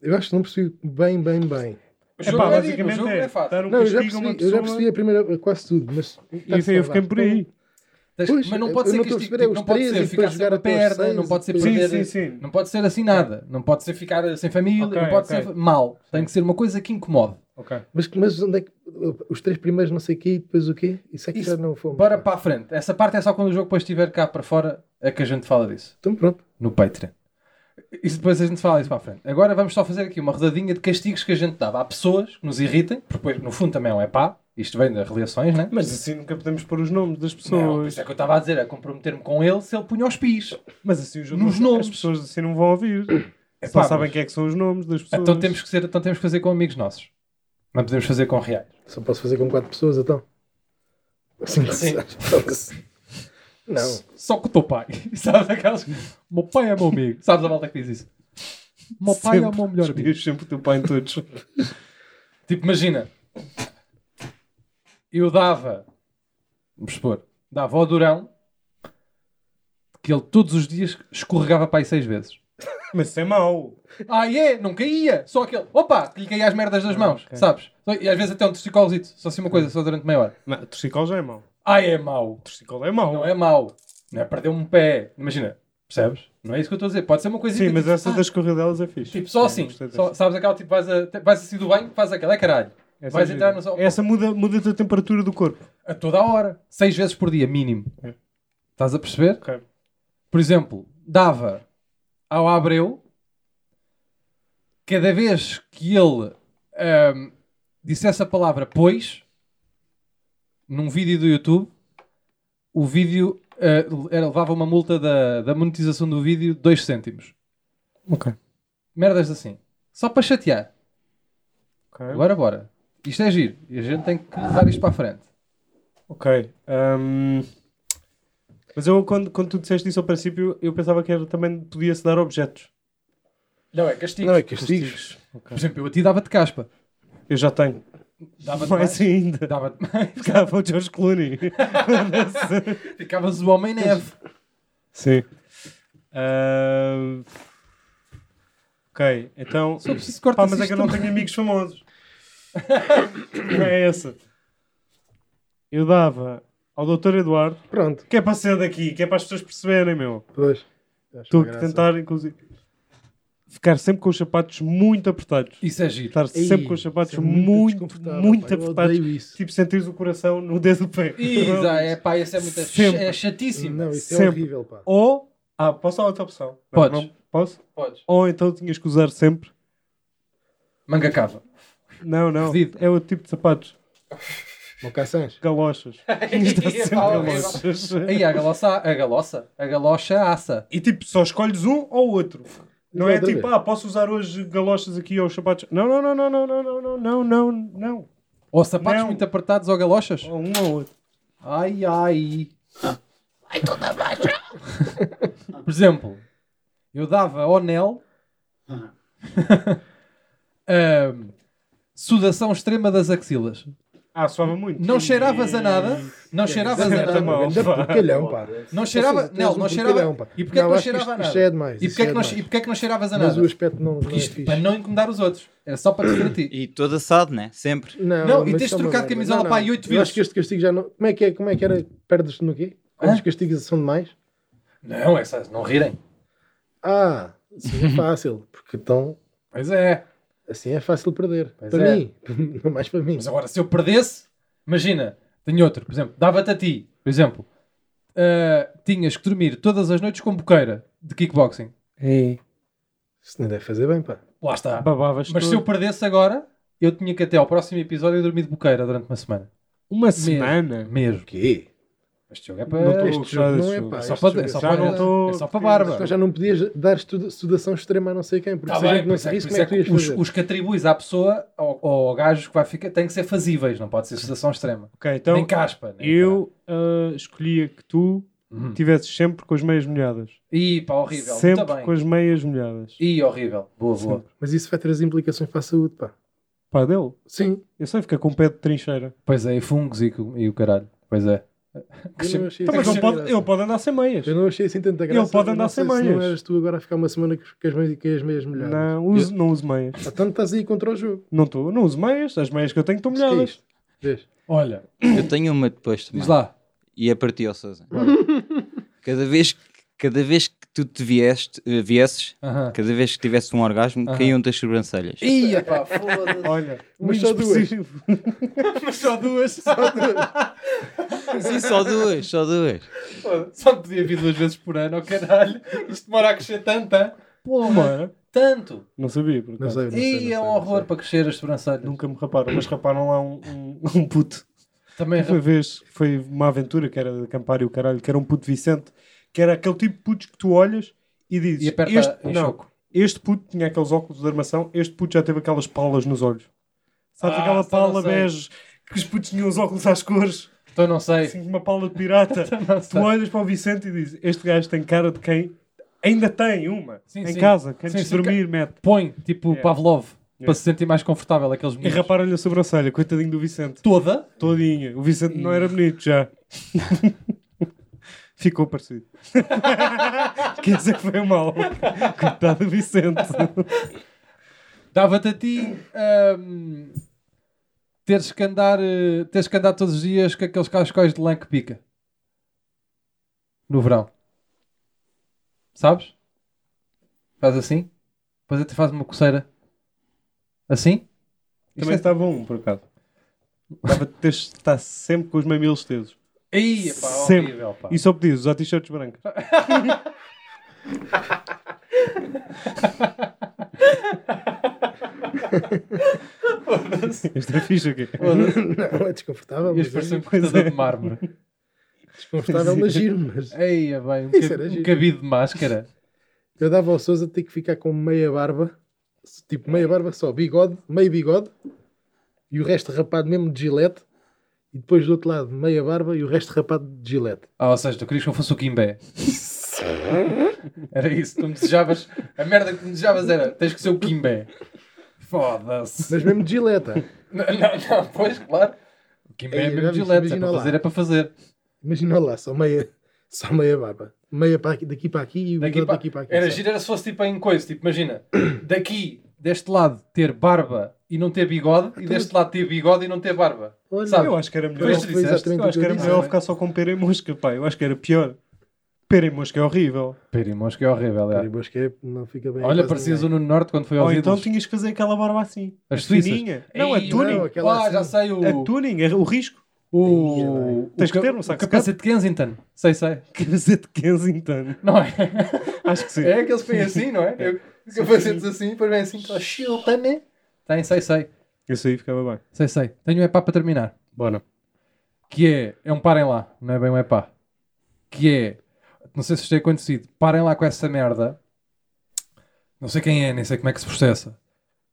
S3: Eu acho que não percebi bem, bem, bem.
S2: O
S1: É
S2: jogo
S1: pá,
S2: não é difícil, o
S1: basicamente
S2: jogo não
S1: é,
S2: é fácil.
S1: dar um
S3: Não, eu já,
S1: castigo a uma
S3: percebi,
S1: pessoa.
S3: eu já percebi a primeira, quase tudo, mas. tá
S1: E isso aí eu fiquei por aí.
S2: Tens-
S3: Pois,
S2: mas não
S3: eu
S2: pode ser
S3: não
S2: que
S3: estou a
S2: isto,
S3: perceber,
S2: tipo,
S3: é
S2: não
S3: os
S2: pode
S3: três
S2: ser
S3: e
S2: ficar
S3: depois
S2: sem
S3: jogar
S2: uma
S3: até aos
S2: perna,
S3: seis
S2: não
S3: e
S2: pode ser
S3: depois-
S2: perder,
S1: Sim, sim, sim.
S2: não pode ser assim nada, não pode ser ficar sem família,
S1: Ok,
S2: não pode
S1: ok.
S2: ser mal, tem que ser uma coisa que incomode.
S1: Ok.
S3: Mas, mas onde é que. Os três primeiros, não sei o quê, e depois o quê? Isso é que
S2: Isso-
S3: já não fomos.
S2: Bora para a frente. Essa parte é só quando o jogo depois estiver cá para fora é que a gente fala disso.
S3: Então pronto.
S2: No Patreon. Isso depois a gente fala isso para a frente. Agora vamos só fazer aqui uma rodadinha de castigos que a gente dava a pessoas que nos irritem, porque depois, no fundo também é um epá, isto vem das relações, né?
S1: Mas assim nunca podemos pôr os nomes das
S2: Não, por
S1: pessoas.
S2: isso é que eu estava a dizer, a comprometer-me com ele se ele punha os pis.
S1: Mas assim os
S2: Nos
S1: nomes,
S2: nomes.
S1: as pessoas assim não vão ouvir. Só
S2: Epá,
S1: sabem
S2: mas-
S1: quem é que são os nomes das pessoas.
S2: Então temos, que ser, então temos que fazer com amigos nossos. Não podemos fazer com reais.
S3: Só posso fazer com quatro pessoas, então. Assim, Sim. Não.
S2: Só com o teu pai. Sabes aquelas. Meu pai é meu amigo. Sabes a malta que diz isso? Meu pai é o meu melhor amigo.
S1: Escolhes sempre o teu pai em todos.
S2: Tipo, imagina. Eu dava. Vamos supor. Dava ao Durão que ele todos os dias escorregava para aí seis vezes.
S1: Mas isso é mau.
S2: Ah, é? Não caía. Só aquele. Opa! Que lhe caía as merdas das mãos.
S1: Ah, ok.
S2: Sabes? E às vezes até um testicólozito. Só assim uma coisa, só durante meia hora.
S1: Não, torcicolo já é mau.
S2: Ah, é mau.
S1: Torcicolo é mau.
S2: Não é mau. Não é perder um pé. Imagina. Percebes? Não é isso que eu estou a dizer. Pode ser uma coisa
S1: Sim, mas essa
S2: ah,
S1: das corridelas é fixe.
S2: Tipo, só assim.
S1: Gostei dessa.
S2: Só- sabes aquela tipo, vais, a, vais assim do banho, faz aquela, é caralho.
S1: Essa
S2: vais
S1: é
S2: entrar
S1: gira.
S2: no-
S1: Essa muda, muda a temperatura do corpo.
S2: A toda a hora. Seis vezes por dia, mínimo.
S1: É.
S2: Estás a perceber?
S1: Ok.
S2: Por exemplo, dava ao Abreu cada vez que ele ahm, dissesse a palavra pois num vídeo do YouTube, o vídeo ah, era- levava uma multa da, da monetização do vídeo de 2 cêntimos.
S1: Ok.
S2: Merdas assim. Só para chatear.
S1: Ok.
S2: Agora bora. Isto é giro. E a gente tem que levar isto para a frente.
S1: Ok. Ahm, Mas eu, quando, quando tu disseste isso ao princípio, eu pensava que era, também podia-se dar objetos.
S2: Não, é castigo.
S3: Não, é castigos.
S2: Por exemplo, eu a ti dava-te caspa.
S1: Eu já tenho.
S2: Dava-te mais.
S1: Mais ainda.
S2: Dava-te mais.
S1: Ficava o George Clooney.
S2: Ficavas o homem neve.
S1: Sim. Ahm, Ok, então.
S2: Só preciso cortar
S1: Pá, mas é que eu não tenho amigos famosos. não é essa. Eu dava ao Dr. Eduardo,
S3: Pronto.
S1: que é para ser daqui, que é para as pessoas perceberem, meu.
S3: Pois.
S1: Estou a tentar, inclusive, ficar sempre com os sapatos muito apertados.
S2: Isso é giro.
S3: Tá.
S1: Estar sempre com os sapatos
S3: é
S1: muito, muito, apertados.
S3: isso.
S1: Tipo, sentires o coração no dedo do pé.
S2: Isso, é pá, isso é muito
S1: Sempre.
S2: é chatíssimo.
S3: Não, isso
S1: Sempre.
S3: é horrível, pá.
S1: Ou. Ah, posso dar outra opção? Não,
S2: Podes.
S1: não- posso?
S2: Podes.
S1: Ou então tinhas que usar sempre.
S2: Manga cava.
S1: Não, não.
S2: Fedido.
S1: É outro tipo de sapatos.
S3: Mocaçãs.
S1: Galochas. Tinhas de estar sempre
S2: Pá, horrível.
S1: galochas.
S2: Aí a galossa, a galossa, a galocha aça.
S1: E tipo, só escolhes um ou outro. Não
S3: Não,
S1: é
S3: outra
S1: tipo,
S3: vez.
S1: ah, posso usar hoje galochas aqui ou os sapatos. Não, não, não, não, não, não, não, não, não, não, não.
S2: Ou sapatos
S1: Não.
S2: muito apertados ou galochas.
S1: Ou um ou outro.
S2: Ai, ai. Por exemplo, eu dava ao Nel ahm, sudação extrema das axilas.
S1: Ah, soava muito.
S2: Não cheiravas a nada, não cheiravas a
S1: Certa
S2: nada.
S1: mão,
S3: Ganda
S1: ah, pá.
S3: porcalhão, pá.
S2: Não cheirava,
S3: Vocês, tu és
S2: não,
S3: um
S2: não cheirava.
S3: porcalhão, pá.
S2: E porquê é que
S3: Não,
S2: não
S3: acho que
S2: cheirava a
S3: isto-
S2: nada?
S3: isto é demais,
S2: E
S3: isto
S2: porquê é
S3: é
S2: que não-
S3: demais.
S2: e porquê é que não cheiravas a
S3: Mas
S2: nada?
S3: o aspecto não, não
S2: Porque
S3: é
S2: isto,
S3: fixe.
S2: para não incomodar os outros. Era só para divertir.
S5: E todo assado, né? Sempre.
S3: Não,
S2: Não, e
S3: mas
S2: tens
S3: isto é uma
S2: trocado
S3: merda.
S2: camisola,
S3: Não,
S2: pá,
S3: não.
S2: e oito
S3: Eu
S2: vezes.
S3: acho que este castigo já não. Como é que, é, como é que era? Perdes-te no quê? Quando
S2: Hã?
S3: os castigos são demais?
S2: Não, é só não rirem.
S3: Ah, assim é fácil. Porque então,
S2: Pois é.
S3: assim é fácil perder.
S2: Pois
S3: para
S2: é.
S3: mim. Não mais para mim.
S2: Mas agora, se eu perdesse, imagina, tenho outro, por exemplo, dava-te a ti, por exemplo, ah, tinhas que dormir todas as noites com boqueira de kickboxing.
S3: Isso não deve fazer bem, pá.
S2: Lá está.
S1: Babavas
S2: Mas
S1: todo.
S2: se eu perdesse agora, eu tinha que até ao próximo episódio dormir de boqueira durante uma semana.
S1: Uma semana.
S2: Mesmo.
S3: O quê?
S2: Este jogo é
S1: Não
S2: para.
S1: estou
S3: Este jogo não é, pá.
S2: É só
S3: este
S2: para, é
S3: jogo
S2: só
S1: Já
S2: para,
S1: não tô-
S2: é só para barba.
S3: Então já não podias dar estuda- sudação extrema a não sei quem, porque
S2: Tá
S3: se a
S2: bem,
S3: gente não
S2: por isso é que-
S3: isso,
S2: por
S3: como é que tu
S2: isso
S3: ias
S2: é que os,
S3: fazer?
S2: os que atribuis à pessoa ou ao gajo que vai ficar têm que ser fazíveis, não pode ser situação extrema.
S1: Ok, então
S2: nem caspa. Nem
S1: eu ah, escolhia que tu
S2: Uhum.
S1: tivesses sempre com as meias molhadas.
S2: Ih, pá, horrível. Muito
S1: Sempre
S2: bem.
S1: com as meias molhadas.
S2: Ih, horrível. Boa, boa.
S3: Mas isso vai ter as implicações para a saúde, pá.
S1: Pá, dele.
S3: Sim.
S1: Eu sei, fica com o pé de trincheira.
S2: Pois é, e fungos e, co- e o caralho. Pois é.
S3: Eu não
S1: Então,
S3: achei assim
S1: mas ele
S3: tanta
S1: pode,
S3: graça.
S1: ele pode andar sem meias.
S3: Eu não achei assim tanta graça.
S1: pode
S3: eu
S1: andar
S3: não sei
S1: sem
S3: se
S1: meias.
S3: Não eras tu agora a ficar uma semana com as meias, com as meias molhadas.
S1: Não, uso, não uso meias.
S3: Portanto, estás aí contra o jogo.
S1: Não, tô, não uso meias. As meias que eu tenho estão
S3: Isso que é
S1: molhadas.
S3: isto. Vês?
S2: Olha,
S5: Eu tenho uma depois também.
S2: diz lá.
S5: E é para ti, ó Sousa. cada, vez, cada vez que tu te vieste, eh, viesses,
S2: Aham.
S5: cada vez que tivesse um orgasmo, caíam-te as sobrancelhas.
S2: Ih, pá, foda-se.
S1: Olha, um
S3: Mas
S1: muito
S3: só duas.
S1: específico.
S2: Mas só duas.
S5: Sim, só duas, só duas.
S2: Só podia vir duas vezes por ano, oh, caralho. Isto demora a crescer tanto, hã? Pô, mano. Tanto.
S1: Não sabia, por
S3: Não
S1: acaso.
S3: sei, não sei, não
S2: Ih,
S3: sei,
S2: é um
S3: não
S2: horror
S3: sei.
S2: para crescer as sobrancelhas.
S1: Nunca me raparam, mas raparam lá um, um, um puto.
S2: Também
S1: Uma vez foi uma aventura que era de acampar e o caralho, que era um puto Vicente, que era aquele tipo de putos que tu olhas e dizes:
S2: E aperta
S1: este,
S2: em
S1: não,
S2: choco.
S1: este puto tinha aqueles óculos de armação, este puto já teve aquelas palas nos olhos. Sabes
S2: Ah,
S1: aquela
S2: só não
S1: pala
S2: sei.
S1: bege que os putos tinham os óculos às cores,
S2: Então não sei.
S1: assim como uma pala de pirata.
S2: Não
S1: tu
S2: sei.
S1: olhas para o Vicente e dizes: Este gajo tem cara de quem ainda tem uma
S2: Sim,
S1: em
S2: sim.
S1: casa, quem
S2: Sim,
S1: antes de
S2: sim,
S1: dormir, mete.
S2: Põe, tipo
S1: É.
S2: Pavlov,
S1: É.
S2: para se sentir mais confortável aqueles
S1: E
S2: meninos.
S1: raparam-lhe a sobrancelha, coitadinho do Vicente.
S2: Toda.
S1: Todinha. O Vicente não era bonito já. Ficou parecido. Quer dizer que foi mal. Coitado do Vicente.
S2: Dava-te a ti ahm, teres, que andar, eh, teres que andar todos os dias com aqueles cascóis de lã que pica. No verão. Sabes? Faz assim. Depois até faz uma coceira. Assim?
S1: Também
S2: Isto
S1: estava um, por acaso. Estava de ter estar sempre com os mamilos tesos.
S2: é... Ih, pá,
S1: sempre.
S2: horrível, pá.
S1: E só pedias usar t-shirts brancas. Esta é ficha aqui.
S3: Não, é desconfortável.
S2: Ias
S3: mas
S2: parecer um
S3: é
S1: Pois
S2: cortador
S1: é.
S2: de mármore.
S3: Desconfortável, mas giro. Mas
S2: Ei, é bem, um,
S3: Isso
S2: ca-
S3: era
S2: um
S3: giro.
S2: cabide de máscara.
S3: eu dava ao Sousa ter que ficar com meia barba, tipo meia barba só, bigode, meio bigode, e o resto rapado mesmo de gilete, e depois do outro lado meia barba e o resto rapado de gilete.
S2: Ah, ou seja, tu querias que eu fosse o Kimbé. era isso, tu me desejavas. A merda que me desejavas era: tens que ser o Kimbé. Foda-se.
S3: Mas mesmo de ah. gileta.
S2: Não, não, não, pois, claro. O Kimbé
S3: Ei,
S2: é
S3: já
S2: mesmo
S3: viste,
S2: gilete, se é
S3: imagina
S2: para
S3: lá.
S2: fazer, é para fazer.
S3: Imagina lá, só meia, só meia barba. Meia para aqui- daqui para aqui e o
S2: Daqui
S3: bigode
S2: para-
S3: daqui para aqui.
S2: Era
S3: só.
S2: giro, era se fosse tipo em coisa, tipo, imagina, daqui, deste lado, ter barba e não ter
S3: Ah,
S2: bigode, e deste lado ter bigode e não ter barba.
S3: Olha,
S2: Sabe?
S1: Eu acho que era melhor.
S2: Pois,
S1: Eu
S3: foi exatamente o
S1: acho
S3: que
S1: que era
S3: eu disse.
S1: melhor ficar só com pera e mosca, pá. Eu acho que era pior. Pera e mosca é horrível.
S2: Pera, irmãos, que é horrível.
S3: Cara, e boas que é, não fica bem.
S2: Olha,
S3: quase
S2: parecias o
S3: ninguém.
S2: Nuno Norte quando foi
S1: Ou
S2: aos
S1: então
S2: ídolos.
S1: tinhas que fazer aquela barba assim.
S2: As suíças.
S1: fininha. Não, a
S2: Ei,
S1: tuning.
S3: não, aquela
S2: Ah, já
S3: assim.
S2: sei o.
S1: A tuning, é o risco.
S2: O, o
S1: Tens que
S2: ca-
S1: ter um saco
S2: o capacete de Kensington. Sei, sei.
S1: Camiseta de Kensington.
S2: Não é?
S1: Acho que sim.
S2: É aqueles que vêm assim, não é? Eu, os capacetes assim, depois vêm assim. tá, Chupa-me. Tem, sei, sei.
S1: Isso aí ficava bem.
S2: Sei, sei. Tenho um epá para terminar.
S1: Bora.
S2: Que é. É um parem lá. Não é bem um epá. Que é. Não sei se isto tem acontecido. Parem lá com essa merda. Não sei quem é, nem sei como é que se processa.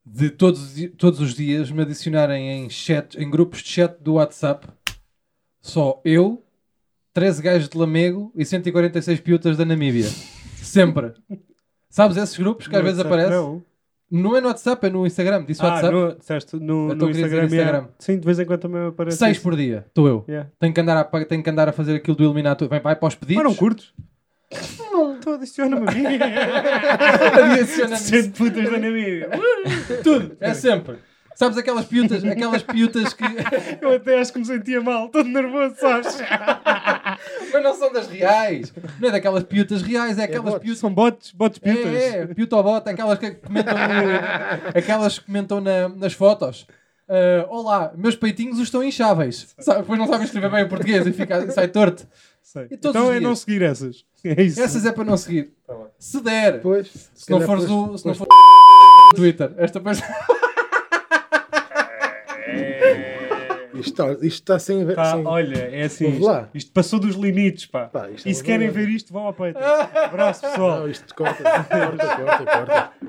S2: De todos, os di- todos os dias me adicionarem em chat, em grupos de chat do WhatsApp. Só eu, 13 gajos de Lamego e 146 piutas da Namíbia. Sempre. Sabes esses grupos que às vezes aparecem?
S1: Não.
S2: Não é no WhatsApp, é no Instagram. Disse
S1: Ah,
S2: WhatsApp.
S1: no, disseste, no,
S2: Eu tô
S1: no
S2: a querer dizer
S1: Instagram, era-
S2: Instagram.
S1: Sim, de vez em quando também aparece.
S2: 6
S1: isso.
S2: por dia, estou eu.
S1: Yeah.
S2: Tenho, que andar a, pa- tenho que andar a fazer aquilo do Eliminator. Vem, vai para os pedidos.
S1: Mas não curtes? Não. Tu adiciona-me a mim.
S2: Adiciona-me.
S1: Sendo putas da Namíbia.
S2: Tudo, é sempre. Sabes aquelas piutas, aquelas piutas que.
S1: Eu até acho que me sentia mal, todo nervoso, sabes?
S2: Mas não são das reais. Não é daquelas piutas reais, é aquelas
S3: bots.
S2: piutas.
S1: São bots, bots piutas.
S2: É, é, piuta ou bota, aquelas que comentam, no- aquelas que comentam na- nas fotos. Ah, olá, meus peitinhos estão incháveis. Sabe, depois não sabem escrever bem o português e fica, sai torto.
S1: Sei.
S2: E todos
S1: Então
S2: os
S1: é
S2: dias?
S1: não seguir essas. É isso.
S2: Essas é para não seguir. Se der,
S3: Pois,
S2: um se não
S3: calhar
S2: fores um
S3: foste-
S2: o. Se não for Twitter, esta pessoa.
S3: Isto está, isto está sem.
S1: Pá,
S3: sem-
S1: olha, é assim.
S3: Vamos
S1: Isto,
S3: lá.
S1: isto passou dos limites, pá.
S3: Pá, isto é
S1: e se
S3: uma
S1: querem
S3: vergonha.
S1: ver isto, vão ao peito. Abraço, pessoal.
S3: Não, isto corta, corta, corta, corta.